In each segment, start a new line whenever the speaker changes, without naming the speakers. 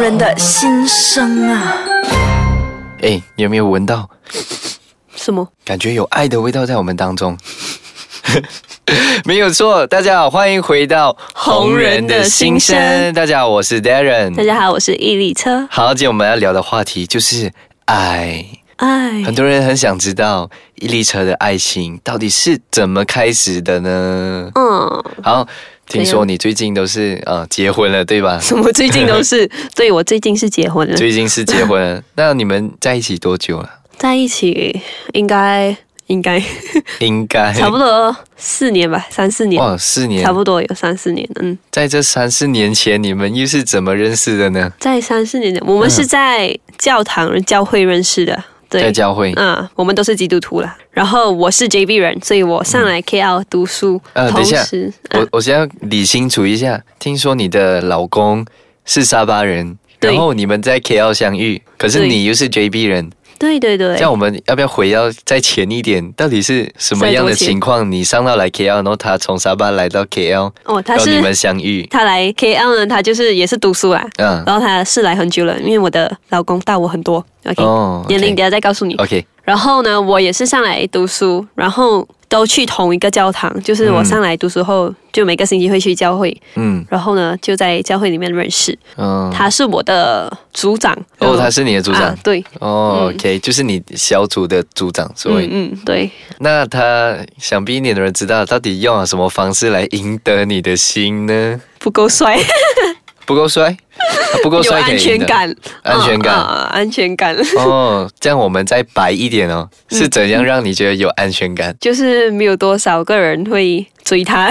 人的心声啊！
哎，你有没有闻到？
什么？
感觉有爱的味道在我们当中。 没有错，大家好，欢迎回到《
红人的心声
大家好，我是 Darren。
大家好，我是毅力车。
好，今天我们要聊的话题就是爱。
哎，
很多人很想知道伊丽车的爱情到底是怎么开始的呢？
嗯，
好，听
怎
说
样
你最近都是呃结婚了，对吧？
什么？最近都是对我最近是结婚了，
最近是结 婚了，那你们在一起多久了？
在一起应该应该
应该
差不多四年吧，三四年，
哇，哦四年，
差不多有三四年。嗯，
在这三四年前，你们又是怎么认识的呢？
在三四年的，我们是在教堂教会认识的。
在
对，
教会，
嗯，我们都是基督徒啦。然后我是 JB 人，所以我上来 KL 读书，
嗯呃等
同
一下
时，
我
嗯
我先要理清楚一下，听说你的老公是沙巴人，
对
然后你们在 KL 相遇，可是
对
你又是 JB 人，
对对对
这，样我们要不要回到再前一点？到底是什么样的情况？你上到来 KL，然后他从沙巴来到 KL，
哦，他
然后你
是
们相遇，
他来 KL 呢，他就是也是读书啊啦，
嗯，
然后他是来很久了，因为我的老公大我很多，OK，、
哦
年龄等一下再告诉你。
，OK，
然后呢，我也是上来读书，然后都去同一个教堂，就是我
嗯
上来读书后，就每个星期会去教会，
嗯
然后呢就在教会里面认识。
嗯，
他是我的组长，
哦，他是你的组长
啊，，对，
哦
嗯
，OK，就是你小组的组长，所以
嗯嗯对，
那他想必你的人知道到底用了什么方式来赢得你的心呢？
不够帅，
不够 帅，不够
有
帅可
安
以赢
全
的。
感，
安全感
啊啊安全感。
哦，这样我们再白一点哦，
嗯
是怎样让你觉得有安全 感？
就是没有多少个人会追他，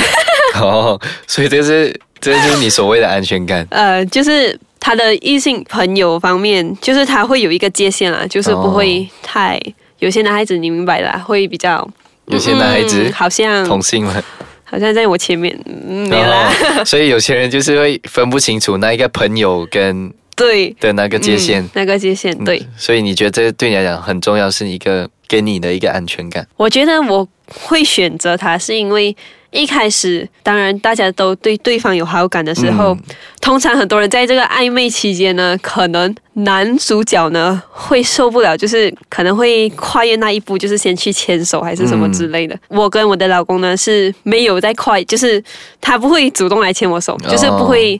哦，所以这是这就是你所谓的安全感。
呃，就是他的异性朋友方面，就是他会有一个界限啦，就是不会太、有些男孩子你明白啦，会比较
有些男孩子
嗯好像
同性嘛，
好像在我前面，嗯，没有啦，
哦，所以有些人就是会分不清楚那一个朋友跟
对，
的那个界限
嗯。那个界限，对，
所以你觉得这对你来讲很重要，是一个给你的一个安全感。
我觉得我会选择他，是因为一开始，当然大家都对对方有好感的时候，
嗯
通常很多人在这个暧昧期间呢，可能男主角呢会受不了，就是可能会跨越那一步，就是先去牵手还是什么之
嗯
类的。我跟我的老公呢是没有在跨，就是他不会主动来牵我手，就是不会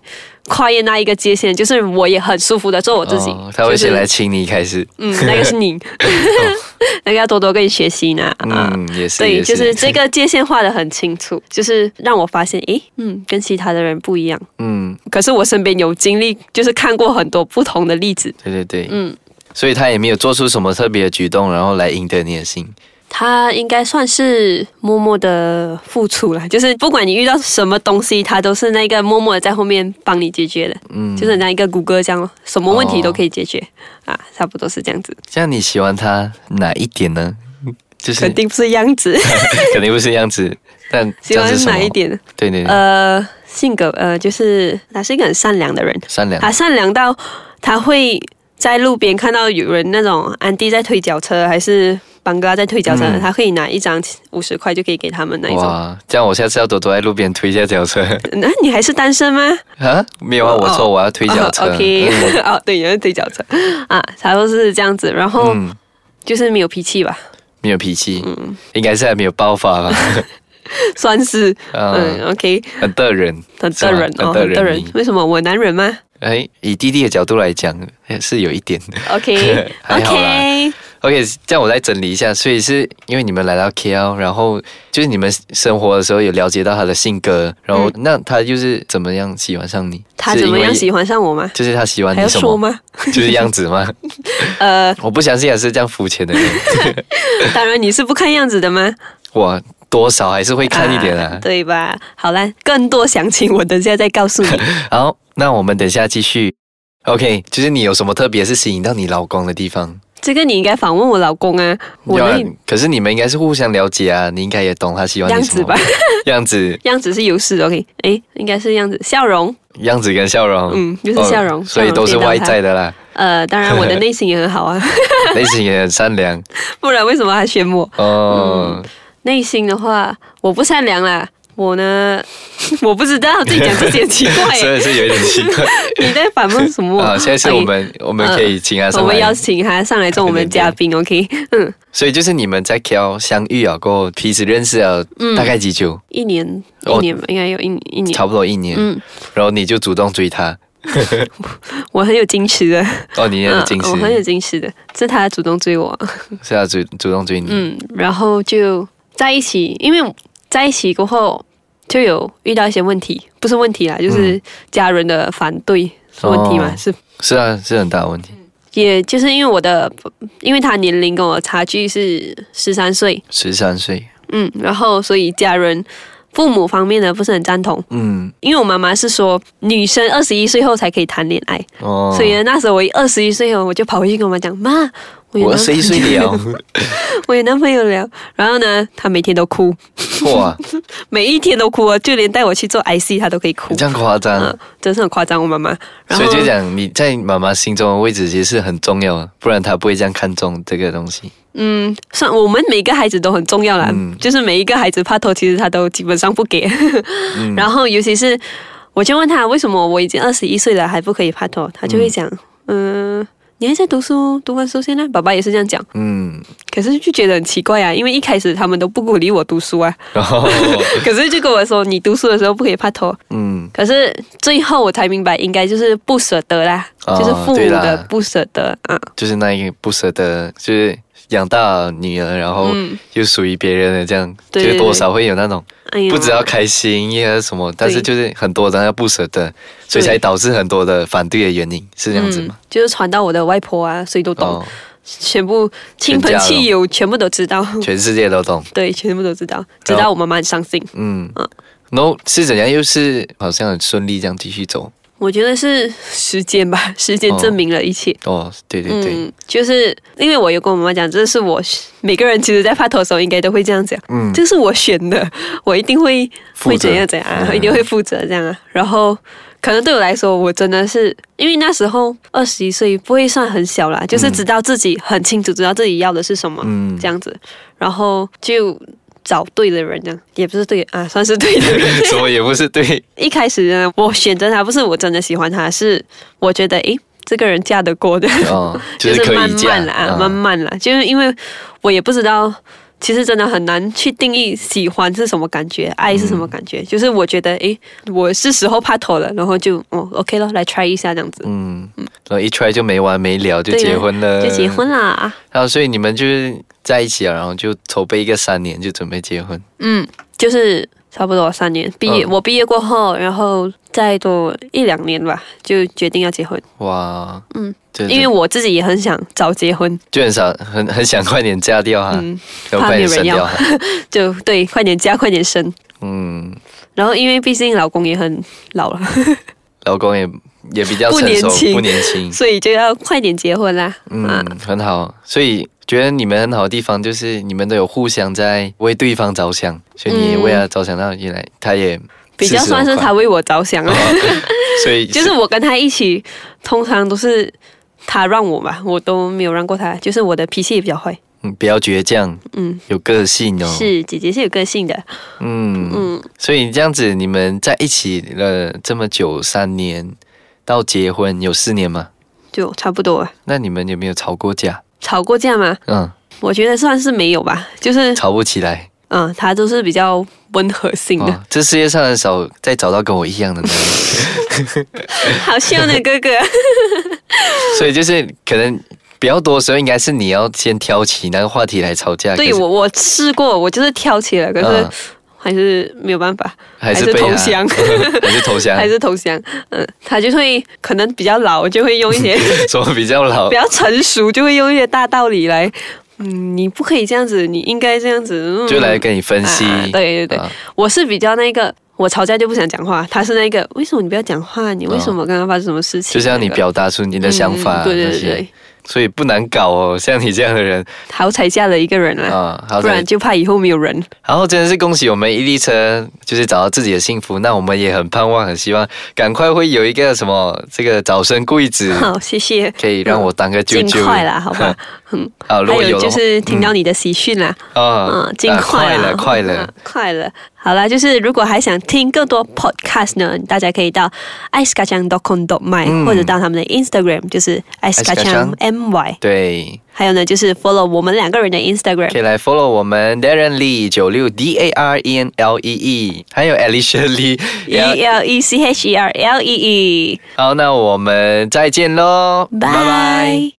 跨越那一个界限，就是我也很舒服的做我自己。
哦他会
就是
先来哦亲你开始。
嗯，那个是 你， 那个要多多跟你学习呢。啊，
嗯，也是，
对，
也
就是这个界限画的很清楚，就是让我发现，诶，嗯，跟其他的人不一样。
嗯，
可是我身边有经历，就是看过很多不同的例子。
对对对，
嗯，
所以他也没有做出什么特别的举动，然后来赢得你的心。
他应该算是默默的付出了，就是不管你遇到什么东西，他都是那个默默的在后面帮你解决的，
嗯，
就是那一个谷歌这样咯，什么问题
哦
都可以解决、啊，差不多是这样子。
这样，你喜欢他哪一点呢？ 就是
肯定不是样子，
肯定不是样子，但
喜
这样
欢
是什么嗯
哪一？点？
对对对，
呃，性格呃，就是他是一个很善良的人，
善良
他善良到他会在路边看到有人那种安迪在推脚车，还是邦哥在推脚车，
嗯
他可以拿一张五十块就可以给他们那一种。
哇！这样我下次要多多在路边推一下脚车
那、你还是单身吗？
啊？没有啊，
哦
我说我要推脚车。
哦 OK，
嗯
哦，对，有人推脚车啊，差不多是这样子。然后
嗯，
就是没有脾气吧，
没有脾气，
嗯
应该是还没有爆发吧？
算是嗯
嗯，
，OK，
很得人，
很得人
是吧
哦，
很
很
得
得
人
人
名。。
为什么我男人 吗
哎，以弟弟的角度来讲，哎是有一点。
？OK，OK，、
还好啦 OK，这样我再整理一下，所以是因为你们来到 KL，然后就是你们生活的时候有了解到他的性格，然后、那他就是怎么样喜欢上你？
嗯他怎么样
是因为
喜欢上我吗？
就是他喜欢
还
你
要
什
说
么？
吗？
就是样子 吗？
呃，
我不相信还是这样肤浅的 人，
当然你是不看样子的吗？
我多少还是会看一点啊。
对吧？好啦，更多详情我等下再告 诉你。
好，那我们等一下继续。OK，就是你有什么特别是吸引到你老公的地方？
这个你应该访问我老公啊，我
要
的
然可是你们应该是互相了解啊，你应该也懂他喜欢
样
你什么
子吧，
样子，
样子是优势的。OK，诶，应该是样子，笑容，
样子跟笑容，
嗯，就是笑容，
哦所以都是
笑容
外
给到他
在。的 啦。
呃，当然我的内心也很好 啊，
内心也很善良
不然为什么还选我？
哦。
内心的话，我不善良啦，我呢， 我不知道自己讲自己很奇怪
真
耶，
的是有一点奇 怪
你在反问什么？
啊。现在是我
OK，
们我们可以请他
哎
上
呃我
来
们邀请他上来做我们的嘉宾，OK？嗯，
所以就是你们在 KL 相遇了过后，彼此认识了
嗯
大概几久？
一年，一
哦
年吧，应该有一一年。
差不多一年。
嗯
然后你就主动追他，
我很有矜持的，
哦，你也很矜
嗯，我很有
持，
矜持的，是他主动追我，
是他主主动追你。
嗯，然后就在一起，因为在一起过后就有遇到一些问题，不是问题啦，就是家人的反对是问题嘛，
哦
是
是啊，是很大的问题。
也就是因为我的，因为他年龄跟我差距是十三岁，
十三岁，
嗯，然后所以家人。父母方面呢不是很赞同，
嗯，
因为我妈妈是说女生二十一岁后才可以谈恋爱，
哦，
所以呢那时候我二十一岁后我就跑回去跟我妈讲，妈，我有
我
男
十一岁
朋友
了，
我有男朋友了。然后呢，她每天都哭，
哇，
每一天都哭哦，就连带我去做 IC 她都可以哭
你这，样夸张
嗯，，真是很夸张，我妈妈。然
所
后
以就讲你在妈妈心中的位置其实是很重要的，不然她不会这样看重这个东西。
嗯，算我们每个孩子都很重要啦，
嗯
就是每一个孩子怕头，其实他都基本上不给。
嗯
然后尤其是我就问他为什么我已经二十一岁了还不可以怕头，他就会讲，嗯、你还在读书，读完书先啦。爸爸也是这样讲，
嗯，
可是就觉得很奇怪啊，因为一开始他们都不鼓励我读书 啊，
然后，
可是就跟我说你读书的时候不可以怕头，
嗯，
可是最后我才明白，应该就是不舍得啦，
哦
就是父
对
母
啦
的不舍得啊。
就是那一个不舍得，就是养大女儿，然后
嗯
又属于别人的这样，
对对
就多少会有那种
哎呀，
不知道开心呀什么，但是就是很多人要不舍得，所以才导致很多的反对的原因，是这样子
嗯
吗？，
就是传到我的外婆啊，谁都懂，
哦，
全部亲朋戚友全部都知道，
全世界都懂。
对，全部都知道，知道我妈妈很伤心。
嗯
嗯，
然后是怎样？又是好像很顺利这样继续走。
我觉得是时间吧，时间
哦
证明了一切。
哦，对对对，
嗯，就是因为我有跟我妈妈讲，这是我每个人其实在发头的时候应该都会这样讲，
嗯，
这是我选的，我一定会
负责
会怎样怎样啊，
嗯
一定会负责这样啊。然后可能对我来说，我真的是因为那时候二十一岁，不会算很小啦，就是知道自己很清楚，知道自己要的是什么，
嗯
这样子，然后就。找对的人，这样也不是对啊，算是对的 人。
什么也不是对，
一开始呢，我选择他不是我真的喜欢他，是我觉得诶，这个人嫁得过的，
哦，
就
就是
是
可
慢
以这样
慢啦，啊慢慢啦，就是因为我也不知道，其实真的很难去定义喜欢是什么感觉，爱是什么
嗯
感觉。就是我觉得，诶，我是时候怕头了，然后就哦，OK 咯，来 try 一下这样子，
嗯，然后一出来就没完没了，就
对啊
结婚了，
就结婚啦。
然后所以你们就是在一起啊了，然后就筹备一个三年，就准备结婚。
嗯，就是差不多三年，毕业、
嗯
我毕业过后，然后再多一两年吧，就决定要结婚，
哇，
嗯，
这
因为我自己也很想早结婚，
就很想很 很想快点嫁掉哈，
嗯，
然后
怕
快
没
点
人
生
要
掉啊哈，
就对，快点嫁，快点生。
嗯，
然后因为毕竟老公也很老了，
老公也也比较
不
成
年
熟，
轻
不 年轻，
所以就要快点结婚啦。啊
嗯，很好。所以觉得你们很好的地方就是你们都有互相在为对方着想，所以你也为他着想到原来他也
比较算是他
40
为我着想
多
了。
块，所以
就是我跟他一起，通常都是他让我吧，我都没有让过他。就是我的脾气也比较坏，
嗯比较倔强，
嗯，
有个性哦。，
是姐姐是有个性的，
嗯
嗯，
所以这样子你们在一起了这么久，三年到结婚有四年嘛？
就差不多了。
那你们有没有吵过架？
吵过架吗？
嗯，
我觉得算是没有吧，就是
吵不起 来。
嗯，他都是比较温和性的，
哦，这世界上很少再找到跟我一样的男人。
好笑呢，哥啊哥。
所以就是可能比较多的时候，应该是你要先挑起 那个话题来吵架。
对
可是
我，我试过，我就是挑起了，可是
嗯
还是没有办法，
还是
还是
被
投
啊
降
还 是投 降，
还是投降。嗯，他就会可能比较老，就会用一 些。
什么比较老
比？较成熟，就会用一些大道理来，嗯，你不可以这样子，你应该这样子，嗯、
就来跟你分析。
啊对对对，
啊
我是比较那个，我吵架就不想讲话，他是那个，为什么你不要讲话？你为什么刚刚发生什么事情？
就是让你
那个
表达出你的想法。
嗯对对
那
对
些
对，
所以不难搞哦，像你这样 的人
好彩嫁了一个人啊，
啊，好
不然
的。
就怕以后没有人。
然后真的是恭喜我们伊丽车，就是找到自己的幸福。那我们也很盼望，很希望赶快会有一个什么这个早生 贵子，
好，谢谢。
可以让我当个舅
尽
舅。
快啦，好 吧。嗯，
啊，如
还
果有
有
的话
就是听到你的喜讯啦，
啊
嗯，尽
啊
快
快
啦
了，快了
嗯。快了。好好啦，就是如果还想听更多 podcast 呢，大家可以到 ice k a c a n g dot com dot my，、
嗯
或者到他们的 Instagram，就是 ice k a c a n
icekacang
g my。
对，
还有呢，就是 follow 我们两个人的 Instagram。
可以来 follow 我们 Darren Lee 九六 D A R E N L E E，还有 Alicia Lee。
E L E C H E R L E E，
好，那我们再见喽，
拜。